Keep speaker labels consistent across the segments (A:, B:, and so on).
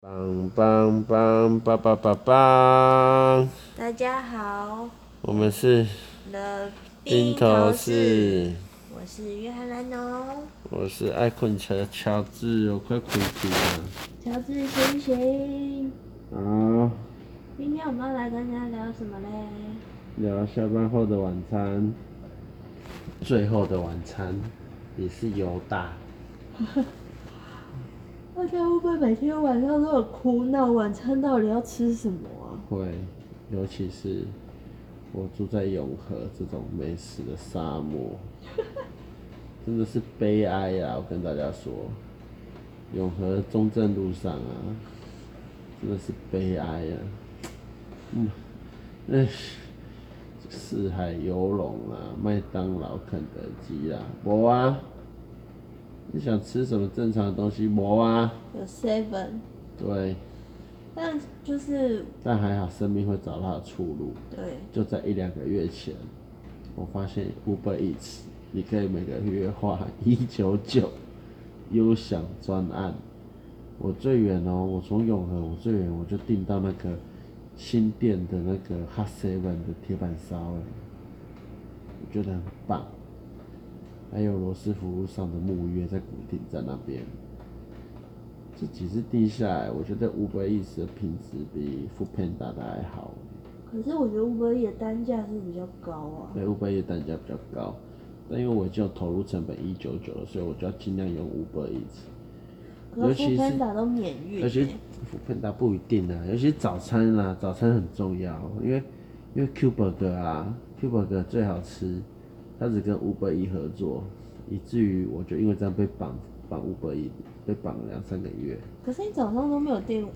A: 梆梆梆梆梆梆梆，
B: 大家好，
A: 我们是
B: 了
A: 冰头，士，
B: 我是约翰兰农，
A: 我是爱困乔乔治，我快困死了。
B: 乔治行不行？
A: 好，
B: 今天我们要来跟大家聊什么嘞？
A: 聊下班后的晚餐，最后的晚餐也是犹大，
B: 大家会不会每天晚上都很苦恼，晚餐到底要吃什么啊？
A: 会，尤其是我住在永和这种美食的沙漠，真的是悲哀呀、我跟大家说，永和中正路上啊，真的是悲哀呀、嗯，那四海游龙啊，麦当劳、肯德基啊，我啊，你想吃什么正常的东西？我啊，
B: 有 seven，
A: 对，
B: 但就是
A: 但还好生命会找到它的出路。
B: 对，
A: 就在一两个月前，我发现 Uber Eats 你可以每个月花一九九，优享专案。我最远哦，我从永和，我最远我就订到那个新店的那个 Hot Seven 的铁板烧了，我觉得很棒。还有罗斯福路上的木月在古亭站那边，这几次订下来，我觉得 Uber Eats 的品质比 Foodpanda 的还好。
B: 可是我觉得乌龟的单价是比较高啊。
A: 对，Uber 也单价比较高，但因为我已经有投入成本一九九了，所以我就要尽量用 Uber Eats。
B: 可
A: 尤
B: 是
A: 其是
B: f o o p 都免运、
A: 而且
B: 欸，
A: Foodpanda 不一定啊，尤其早餐啊，早餐很重要，因为因为 Q Burger 啊，Q Burger 最好吃，它只跟 Uber E 合作，以至于我就因为这样被绑绑 Uber E，被绑了两三个月，
B: 可是你早上都没有订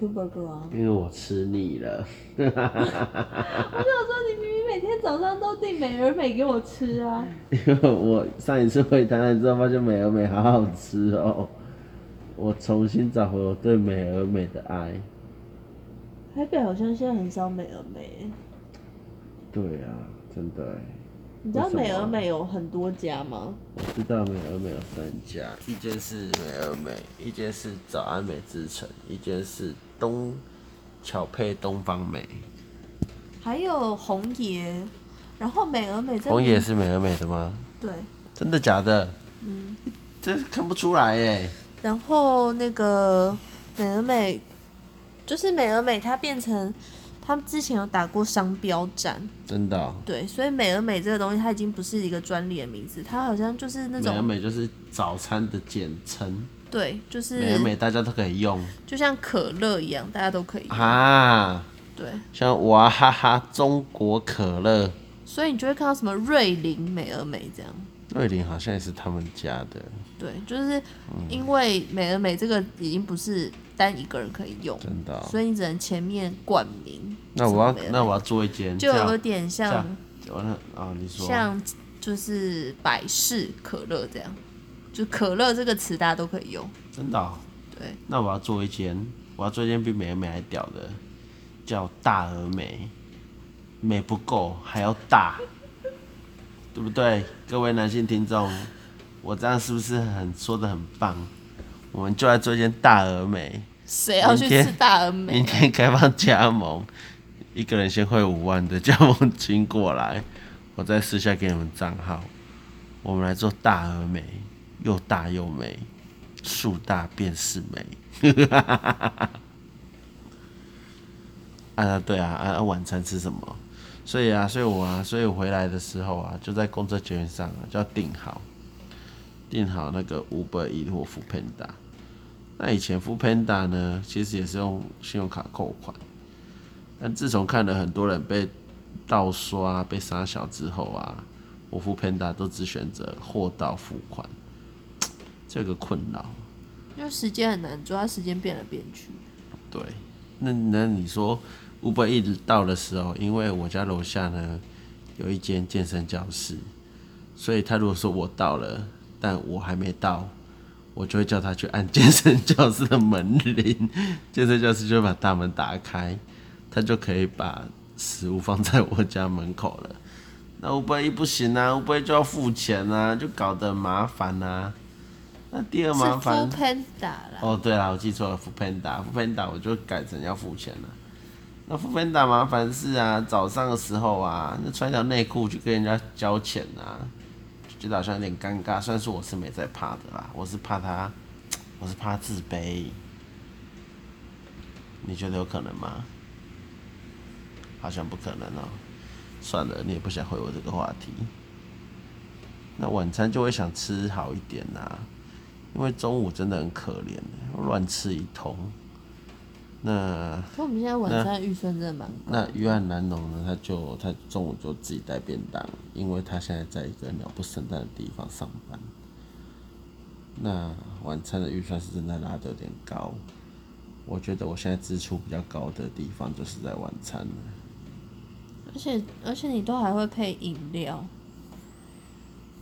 B: Q Burger 啊？
A: 因为我吃腻了。
B: 我想说，你明明每天早上都订美人美给我吃啊！
A: 因为我上一次回台南之后，发现美而美好好吃哦，我重新找回我对美而美的爱。
B: 台北好像现在很少美而美，
A: 对啊，真的耶，
B: 你知道
A: 为什么
B: 美而美有很多家吗？
A: 我知道美而美有三家，一间是美而美，一间是早安美之城，一间是东巧配东方美。
B: 还有红爷，然后美而美在
A: 红也是美而美的吗？
B: 对，
A: 真的假的？嗯，这看不出来耶。
B: 然后那个美而美，就是美而美它变成，它之前有打过商标战，
A: 真的哦、
B: 对，所以美而美这个东西它已经不是一个专利的名字，它好像就是那
A: 美而
B: 种
A: 美就是早餐的简称，
B: 对，就是
A: 美而美大家都可以用
B: 就像可乐一样，大家都可以用
A: 啊。
B: 对。
A: 像娃哈哈、中国可乐、
B: 所以你就会看到什么瑞林美而美这样。
A: 瑞林好像也是他们家的，
B: 对，就是因为美而美这个已经不是单一个人可以用，
A: 真的哦、
B: 所以你只能前面冠名。
A: 那我要
B: 什么美而美
A: 那我要做一间
B: 就
A: 叫
B: 有点像
A: 我那啊，你说
B: 像就是百事可乐这样，就可乐这个词大家都可以用。
A: 真的哦、
B: 对，
A: 那我要做一间，我要做一间比美而美还屌的，叫大而美，美不够还要大，对不对？各位男性听众，我这样是不是很说的很棒？我们就来做一间大而美，
B: 谁要去
A: 明天
B: 吃大而
A: 明
B: 美？
A: 天开放加盟，一个人先汇五万的加盟金过来，我再私下给你们账号。我们来做大而美，又大又美，树大便是美。 啊，对啊，啊，啊晚餐吃什么？所以啊，所以我啊，所以我回来的时候啊，就在公车捷运上啊，就要订好，订好那个 Uber E 或 f o o Panda。那以前 f Panda 呢，其实也是用信用卡扣款，但自从看了很多人被盗刷、被杀小之后啊，我 f Panda 都只选择货到付款，这个困扰。
B: 因为时间很难抓，时间变来变去。
A: 对，那那你说 Uber 一直到的时候，因为我家楼下呢有一间健身教室，所以他如果说我到了，但我还没到，我就会叫他去按健身教室的门铃，健身教室就会把大门打开，他就可以把食物放在我家门口了。那 Uber 一不行啊，Uber 就要付钱啊，就搞得很麻烦啊。那第二
B: 是
A: 麻
B: f
A: 烦
B: o o Panda 啦。
A: 哦，对啦，我记错了，Foodpanda，Foodpanda 我就改成要付钱了。那 Foodpanda 麻烦是啊，早上的时候啊，那穿条内裤去跟人家交钱啊，就觉得好像有点尴尬。虽然说我是没在怕的啦，我是怕他，我是怕他自卑。你觉得有可能吗？好像不可能哦、算了，你也不想回我这个话题。那晚餐就会想吃好一点啊啦、因为中午真的很可怜，乱吃一通。那
B: 可我们现在晚餐预算真的蛮
A: 那约翰南农呢？他就他中午就自己带便当，因为他现在在一个鸟不生蛋的地方上班。那晚餐的预算是真的拉的有点高，我觉得我现在支出比较高的地方就是在晚餐了。
B: 而且而且你都还会配饮料，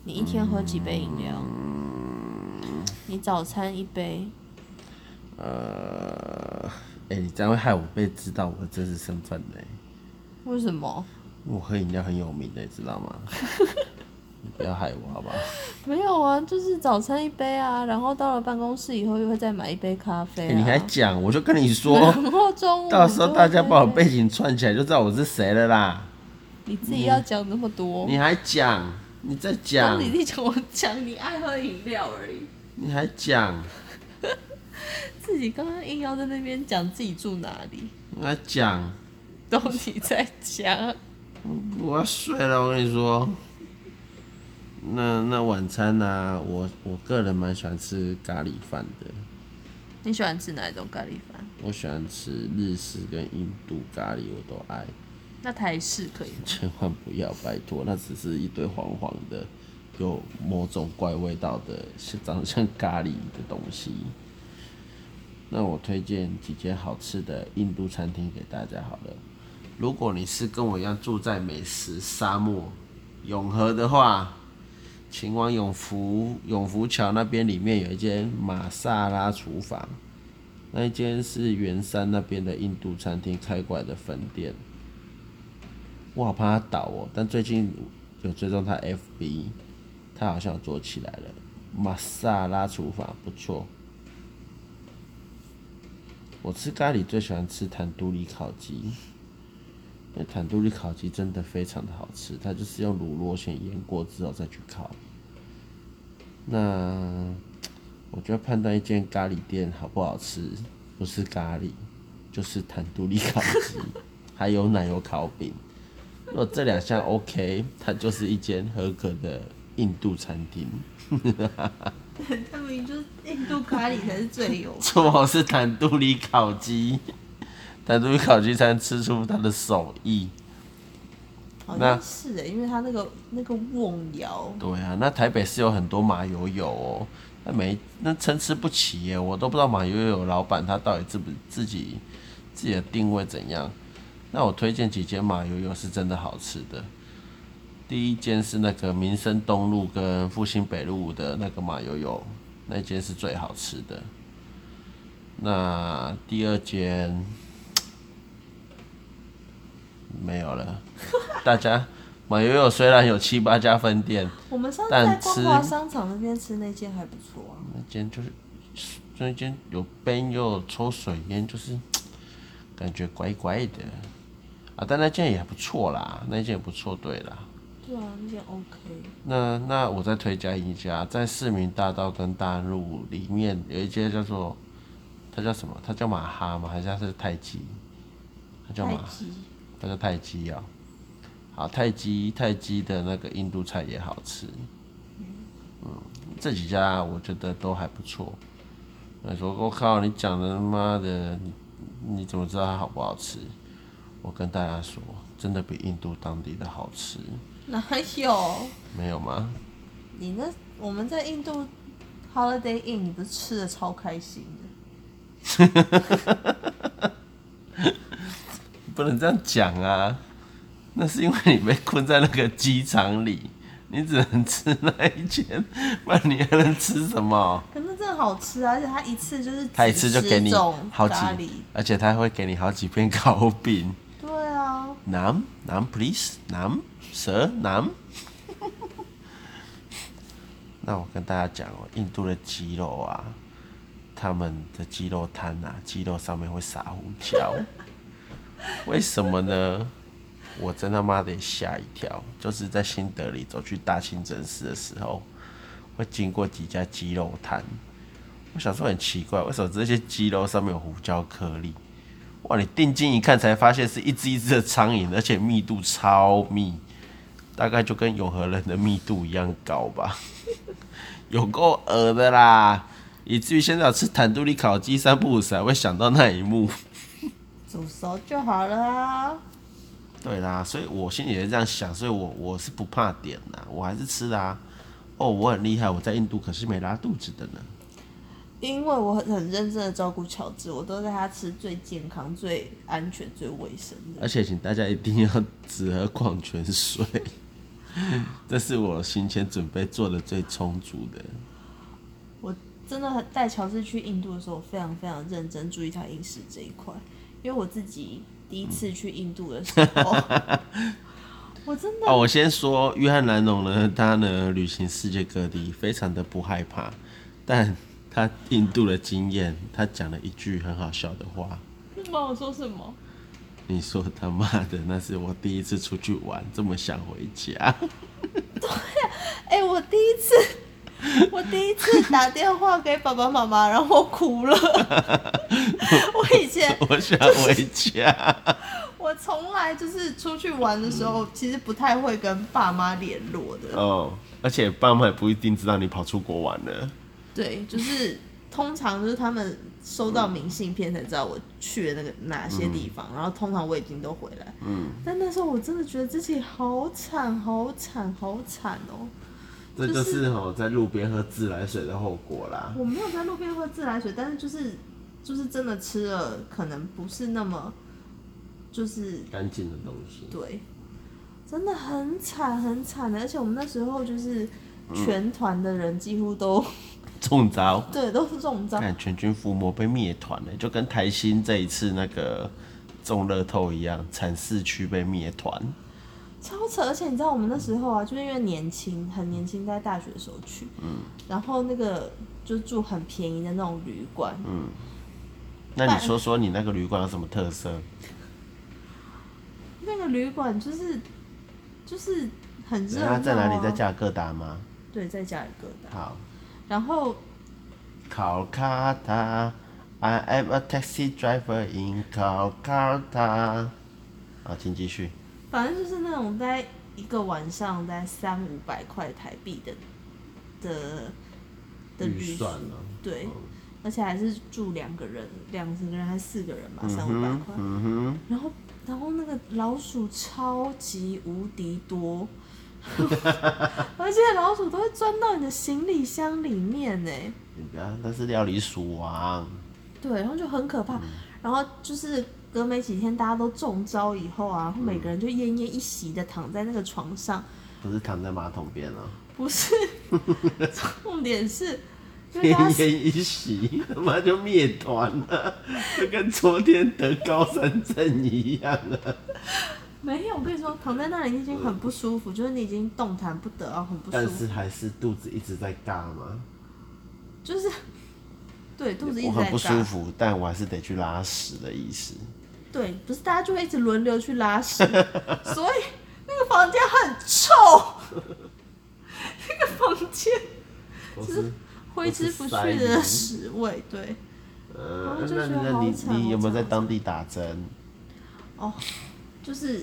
B: 你一天喝几杯饮料？你早餐一杯，
A: 呃，哎、你这样会害我被知道我的真实身份呢、
B: 为什么？
A: 因为我喝饮料很有名的、知道 吗？你不要害我好不好？
B: 没有啊，就是早餐一杯啊，然后到了办公室以后又会再买一杯咖啡、
A: 欸
B: 啊
A: 你还讲，我就跟你说，
B: 然后中午
A: 到时候大家把
B: 宝
A: 我背景串起来，就知道我是谁了啦。
B: 你自己要讲那么多，
A: 你还讲，你在
B: 当
A: 讲，
B: 你自己讲我讲你爱喝饮料而已，
A: 你还讲，
B: 自己刚刚硬要在那边讲自己住哪里，
A: 你还讲，
B: 都你在
A: 嗯
B: 讲。
A: 我要睡了，我跟你说。那那晚餐呢、我我个人蛮喜欢吃咖喱饭的，
B: 你喜欢吃哪一种咖喱饭？
A: 我喜欢吃日式跟印度咖喱，我都爱。
B: 那台式可以吗？
A: 千万不要，拜托，那只是一堆黄黄的、有某种怪味道的、是长得像咖喱的东西。那我推荐几间好吃的印度餐厅给大家好了。如果你是跟我一样住在美食沙漠永和的话，请往永福永福桥那边，里面有一间玛莎拉厨房，那一间是圆山那边的印度餐厅开过来的分店。我好怕他倒哦，但最近有追踪他 FB，他好像有做起来了。玛莎拉厨房不错。我吃咖喱最喜欢吃坦都里烤鸡，因为坦都里烤鸡真的非常的好吃，它就是用乳酪先腌过之后再去烤。那我觉得判断一间咖喱店好不好吃，不是咖喱，就是坦都里烤鸡，还有奶油烤饼。如果这两项 OK，它就是一间合格的印度餐厅。。
B: 他们就是印度咖喱才是最有
A: 错是坦杜里烤鸡， 坦杜里烤鸡才能吃出它的手艺。
B: 好像是哎，因为它那个那个瓮窑，
A: 对啊，那台北是有很多马友友哦，那没那参差不齐耶，我都不知道马友友老板他到底自不自己自己的定位怎样。那我推荐几间马友友是真的好吃的。第一间是那个民生东路跟复兴北路的那个马友友，那间是最好吃的。那第二间没有了，大家马友友虽然有七八家分店，
B: 我们上次在
A: 但
B: 光
A: 吃
B: 华商场那边吃那间还不错啊。
A: 那间就是那间有边又有抽水烟，就是感觉怪怪的啊。但那间也不错啦，那间也不错，对啦。
B: 对啊，那间 OK。
A: 那那我再推荐一家，在市民大道跟大路里面有一间叫做，它叫什么？它叫马哈吗？还是它是泰姬？它叫马
B: 太极
A: 它叫泰姬啊、好，泰姬泰姬的那个印度菜也好吃。嗯，这几家我觉得都还不错。我说我靠，你讲的他妈的，你你怎么知道它好不好吃？我跟大家说，真的比印度当地的好吃，
B: 哪有？
A: 没有吗？
B: 你那我们在印度 Holiday Inn 不是吃的超开心的，
A: 不能这样讲啊，那是因为你被困在那个机场里，你只能吃那一间，不然你还能吃什么？
B: 可是真的好吃啊！而且它一次就是
A: 他一次就给你
B: 几十种
A: 好
B: 咖喱
A: 几，，而且他会给你好几片 烤饼。
B: 对啊，
A: Nam Nam please Nam Sir Nam 那我跟大家讲哦，印度的鸡肉啊，他们的鸡肉摊啊，鸡肉上面会撒胡椒， 为什么呢？我真他妈的吓一跳，就是在新德里走去大清真寺的时候，会经过几家鸡肉摊，我想说很奇怪，为什么这些鸡肉上面有胡椒颗粒？哇，你定睛一看才发现是一只一只的苍蝇，而且密度超密，大概就跟永和人的密度一样高吧， 有够恶的啦！以至于现在我吃坦杜里烤鸡三不五时还会想到那一幕。
B: 煮熟就好了啊。
A: 对啦，所以我心里也是这样想，所以我我是不怕点啦，我还是吃啦、哦，我很厉害，我在印度可是没拉肚子的呢。
B: 因为我很认真的照顾乔治，我都在他吃最健康、最安全、最卫生的。
A: 而且请大家一定要 只喝矿泉水，这是我行前准备做的最充足的。
B: 我真的很带乔治去印度的时候，我非常非常认真注意他饮食这一块，因为我自己第一次去印度的时 候，我真的
A: 哦，我先说，约翰·兰农呢，他呢旅行世界各地，非常的不害怕，但他印度的经验，他讲了一句很好笑的话。
B: 忘我说什么。
A: 你说他妈的，那是我第一次出去玩，这么想回家。
B: 哎、我第一次，我第一次打电话给爸爸妈妈，然后我哭 了。我以 前
A: 我想回家。
B: 我从来就是出去玩的时候，其实不太会跟爸妈联络的。
A: 哦，而且爸妈也不一定知道你跑出国玩了。
B: 对，就是通常就是他们收到明信片才知道我去了那个哪些地方，然后通常我已经都回来。嗯，但那时候我真的觉得自己好惨，好惨，好惨哦！
A: 这就
B: 就是
A: 哦，在路边喝自来水的后果啦。
B: 我没有在路边喝自来水，但是就是就是真的吃了，可能不是那么就是
A: 干净的东西，
B: 对，真的很惨很惨的，而且我们那时候就是全团的人几乎都、
A: 中招，
B: 对都是啊中招，
A: 看全军覆没，被灭团了，就跟台新这一次那个中乐透一样，产市区被灭团。
B: 超扯！而且你知道我们那时候啊，就是因为年轻，很年轻，在大学的时候去，嗯，然后那个就住很便宜的那种旅馆，嗯，
A: 那你说说你那个旅馆有什么特色？
B: 那个旅馆就是就是很热闹、
A: 那
B: 啊。
A: 在哪里？在？加尔各答吗？
B: 对，在加尔各答。
A: 好，
B: 然后
A: 考卡塔，I am a taxi driver in 考卡塔。好，请继续。
B: 反正就是那种在一个晚上在三五百块台币的的的旅宿，
A: 呢？
B: 对，而且还是住两个人，两个人还是四个人吧，三五百块。
A: 嗯哼。
B: 然后然后那个老鼠超级无敌多，而且老鼠都会钻到你的行李箱里面呢。
A: 你不要，那是料理鼠王。
B: 对，然后就很可怕。然后就是隔没几天大家都中招以后啊，然后每个人就奄奄一息的躺在那个床上。
A: 不是躺在马桶边哦，
B: 不是，重点是， 因
A: 奄
B: 为大
A: 奄
B: 家
A: 一息，他妈就灭团了，就跟昨天得高山症一样啊了。
B: 没有，我跟你说，躺在那里你已经很不舒服，就是你已经动弹不得啊，很不
A: 但
B: 舒服，
A: 是还是肚子一直在尬嘛，
B: 就是对肚子一
A: 我
B: 直在
A: 很不舒
B: 打。
A: 服，但我还是得去拉屎的意思。
B: 对，不是大家就会一直轮流去拉屎， 所以那个房间很 臭，那个房间
A: 我是，
B: 挥之不去的屎味。对，
A: 呃，
B: 我就觉
A: 那
B: 得
A: 那
B: 好
A: 你
B: 惨
A: 你有没
B: 好
A: 有在
B: 惨
A: 当地打针？
B: 哦，就是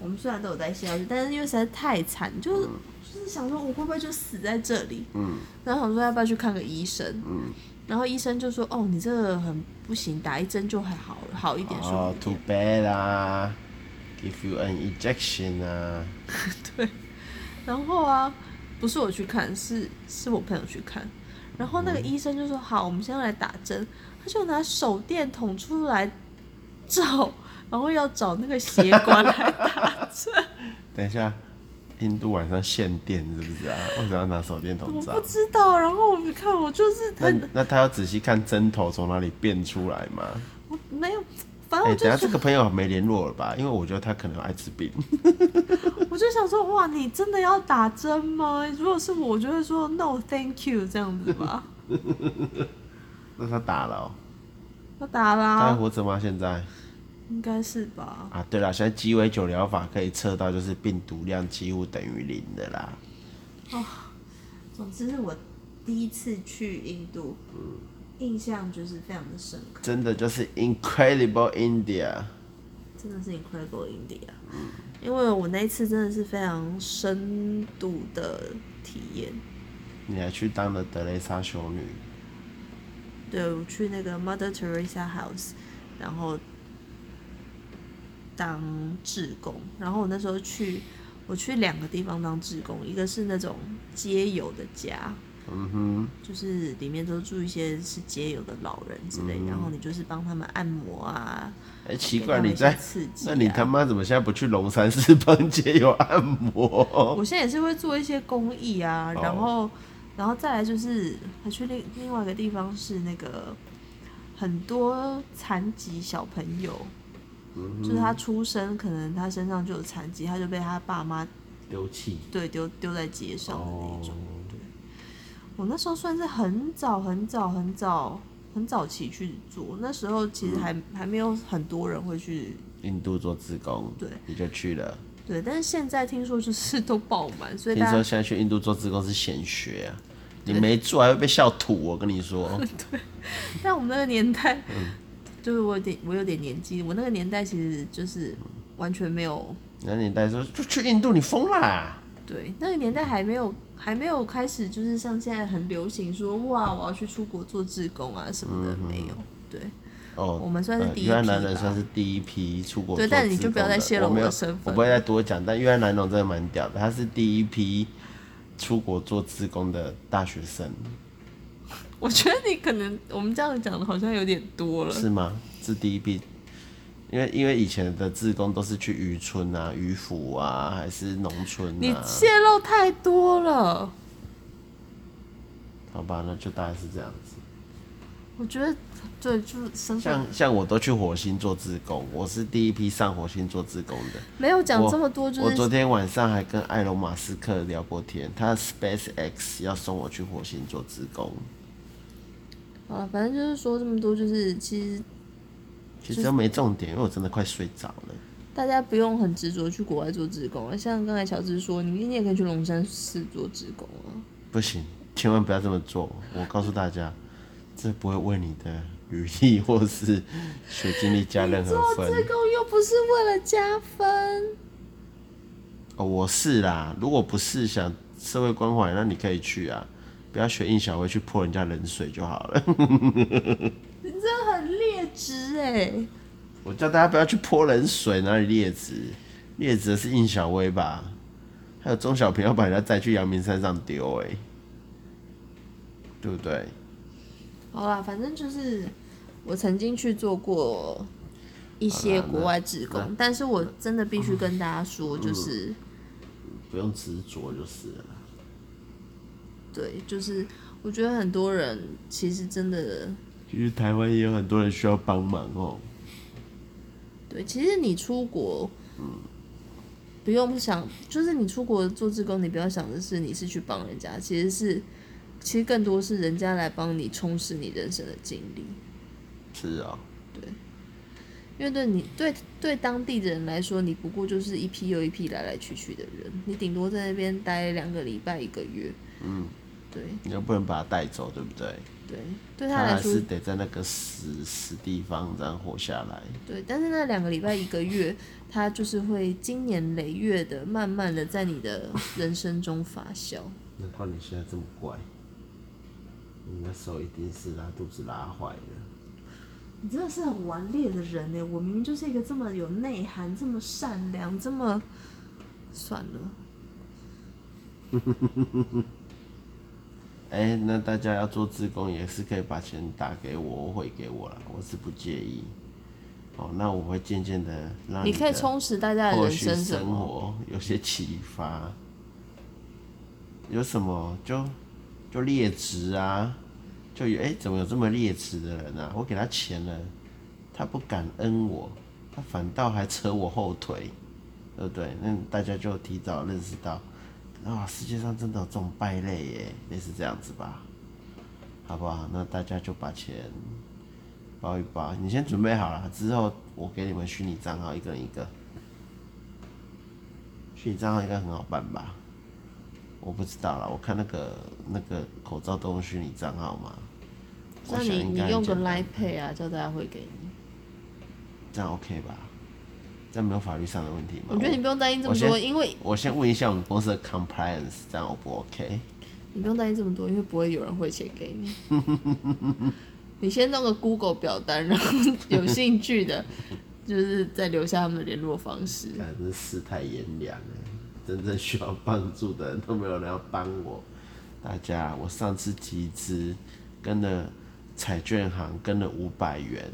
B: 我们虽然都有在吸药但是因为实在太惨，就是、就是想说我会不会就死在这里？嗯，然后想说要不要去看个医生？嗯，然后医生就说哦，你这个很不行，打一针就还好了，好一点说
A: 哦
B: 不定
A: ，too bad 啦，give you an injection 啊。
B: 然后啊，不是我去看，是是我朋友去看。然后那
A: 嗯
B: 个医生就说：“好，我们现在来打针。”他就拿手电筒出来照，然后要找那个血管来 打针。
A: 等一下，印度晚上限电是不是啊？为什么要拿手电
B: 我
A: 筒照
B: 不？知道。然后我们看，我就是
A: 那
B: 很
A: 那他要仔细看针头从哪里变出来吗？
B: 我没有，反正
A: 哎、
B: 我就
A: 等下
B: 觉
A: 这
B: 得，
A: 个朋友没联络了吧？因为我觉得他可能有艾滋 病。
B: 我就想说，哇，你真的要打针吗？如果是我，我就会说 no thank you 这样子 吧。
A: 那他打了、哦，
B: 要打
A: 他还
B: 啦，
A: 活着吗？现在
B: 应该是吧？
A: 啊，对了，现在鸡尾酒疗法可以测到，就是病毒量几乎等于零的啦。
B: 总之是我第一次去印度，
A: 嗯
B: 印象就是非常的深刻，
A: 真的就是 incredible India。
B: 真的是 incredible India。因为我那一次真的是非常深度的体验。
A: 你还去当了德蕾莎修女，
B: 对，我去那个 Mother Teresa House，然后当志工。然后我那时候去，我去两个地方当志工，一个是那种街友的家，嗯哼，就是里面都住一些是街友的老人之
A: 嗯
B: 类，然后你就是帮他们按摩啊，
A: 哎、奇
B: 给
A: 怪，
B: 他们
A: 你
B: 一些
A: 在
B: 刺激
A: 那你
B: 啊
A: 他妈怎么现在不去龙山寺帮街友按摩？
B: 我现在也是会做一些公益啊，
A: 哦
B: 然后，然后再来就是还去另另外一个地方是那个很多残疾小朋友，
A: 嗯
B: 就是他出生可能他身上就有残疾，他就被他爸妈
C: 丢弃
B: 对丢丢在街上的
C: 哦
B: 那种。，我那时候算是很早很早很早很早期去做，那时候其实还、
A: 嗯
B: 还没有很多人会去
A: 印度做志工，
B: 对，
A: 你就去了。
B: 对，但是现在听说就是都爆满，所以
A: 听
B: 大
A: 说
B: 家
A: 现在去印度做志工是显学啊，你没做还会被笑吐。我跟你说，
B: 但我们那个年代，
A: 嗯
B: 就是我有点我有点年纪，我那个年代其实就是完全没有
A: 那你带说就去印度，你疯啊啦、
B: 对那个年代还没有还没有开始，就是像现在很流行说哇我要去出国做志工啊什么的，没有对
A: 嗯哦，
B: 我们算是第一
A: 呃、
B: 批
A: 越南
B: 吧
A: 人算是第一批出国
B: 对
A: 做
B: 但你
A: 志
B: 就不要
A: 工
B: 再
A: 的
B: 泄露
A: 我没
B: 我的
A: 有
B: 身
A: 我
B: 份
A: 不会再多讲，但越南男农真的蛮屌的，他是第一批出国做志工的大学生，
B: 我觉得你可能我们这样讲的好像有点多了，
A: 是嗯吗？是第一批。因为因为以前的志工都是去渔村啊、渔府啊，还是农村
B: 你
A: 啊，
B: 泄露太多了，
A: 好吧，那就大概是这样子。
B: 我觉得对就是身份
A: 像像我都去火星做志工，我是第一批上火星做志工的。
B: 没有讲
A: 我
B: 这么多，就
A: 我昨
B: 是
A: 天晚上还跟埃隆马斯克聊过天，他 SpaceX 要送我去火星做志工。
B: 好了，反正就是说这么多，就是其实
A: 其实都没重点，因为我真的快睡着了。
B: 大家不用很执着去国外做志工啊，像刚才小智说，你你也可以去龙山寺做志工啊。
A: 不行，千万不要这么做。我告诉大家，这不会为你的履历或是学经历加任何
B: 做志
A: 分。
B: 工又不是为了加分，
A: 哦，我是啦。如果不是想社会关怀，那你可以去啊，不要学应小薇去泼人家冷水就好了。
B: 你真的很劣质哎、
A: 我叫大家不要去泼冷水，哪里劣质？劣质的是应小薇吧？还有钟小平要把人家载去阳明山上丢，哎，对不对？
B: 好啦，反正就是我曾经去做过一些国外志工，但是我真的必须跟大家说，就是、
A: 嗯不用执着就是了。
B: 对，就是我觉得很多人其实真的
A: 其实台湾也有很多人需要帮忙哦。
B: 对，其实你出国，不用想，就是你出国做志工，你不要想的是你是去帮人家，其实是，其实更多是人家来帮你充实你人生的经历，
A: 是啊、
B: 因为对你对对当地的人来说，你不过就是一批又一批来来去去的人，你顶多在那边待两个礼拜一个月，嗯，对
A: 你又不能把他带走，对不对？
B: 对，对
A: 他
B: 他来
A: 还
B: 说
A: 是得在那个死死地方这样活下来。
B: 对，但是那两个礼拜一个月，它就是会经年累月的，慢慢的在你的人生中发酵。
A: 难怪你现在这么乖，你那时候一定是拉肚子拉坏了。
B: 你真的是很顽劣的人呢！我明明就是一个这么有内涵、这么善良、这么……算了，
A: 哎、那大家要做志工也是可以把钱打给我，汇给我啦，我是不介意。哦，那我会渐渐的让
B: 你
A: 的
B: 可以充实大家的
A: 后
B: 人
A: 续
B: 生，什
A: 生
B: 么？
A: 活有些启发。有什么就就劣质啊，就有哎、怎么有这么劣质的人啊？我给他钱了，他不感恩我，他反倒还扯我后腿，对呃不对？那大家就提早认识到，啊，世界上真的有这种败类耶，类似这样子吧，好不好？那大家就把钱包一包，你先准备好了，之后我给你们虚拟账号，一个人一个。虚拟账号应该很好办吧？我不知道啦，我看那个那个口罩都用虚拟账号嘛。
B: 那
A: 我想
B: 你
A: 应该
B: 你用个
A: 很简单
B: Line Pay 啊，叫大家汇给你。
A: 这样 OK 吧？这样没有法律上的问题吗？
B: 我觉得你不用担心这
A: 我
B: 么多，
A: 先
B: 因为
A: 我先问一下我们公司的 compliance，这样 O 不 OK？
B: 你不用担心这么多，因为不会有人汇钱给你。 你先弄个 Google 表单，然后有兴趣的，就是再留下他们的联络方式。
A: 感觉世态炎凉哎，真正需要帮助的人都没有人要帮我。大家，我上次集资跟了彩券行跟了五百元，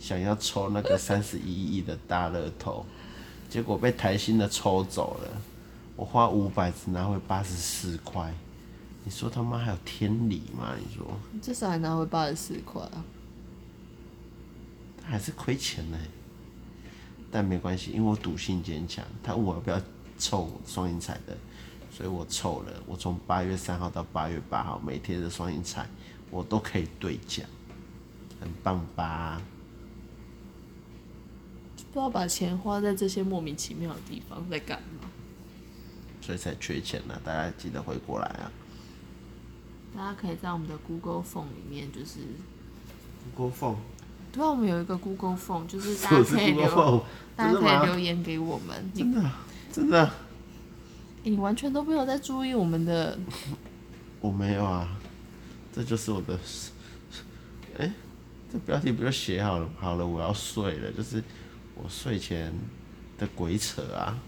A: 想要抽那个三十一亿的大乐透，结果被台新的抽走了。我花五百只拿回八十四块，你说他妈还有天理吗？你说？
B: 至少还拿回八十四块啊！
A: 还是亏钱呢。但没关系，因为我赌性坚强。他问我要不要凑双赢彩的，所以我凑了。我从八月三号到八月八号，每天的双赢彩我都可以兑奖，很棒吧？
B: 不知道把钱花在这些莫名其妙的地方在干嘛？
A: 所以才缺钱呢、大家记得回过来啊。
B: 大家可以在我们的 Google Phone 里面，就是
A: 郭凤，
B: 对啊，我们有一个 Google Phone，就是大
A: 我
B: 家
A: 是
B: 可以
A: 郭
B: 留，
A: 凤，
B: 大
A: 真
B: 家
A: 的
B: 可以
A: 吗
B: 留？言给我们。你
A: 真的，真的，
B: 你完全都没有在注意我们的，
A: 我没有啊。这就是我的，哎、这标题不就写好了？好了，我要睡了，就是我睡前的鬼扯啊！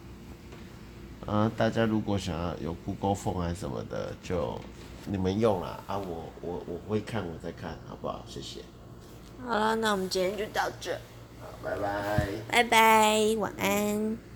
A: 啊，大家如果想要有 Google Phone 还是什么的，就你们用啦啊！我我我会看，我再看，好不好？谢谢，
D: 好了，那我们今天就到这，
A: 好，拜拜。
D: 拜拜，晚安。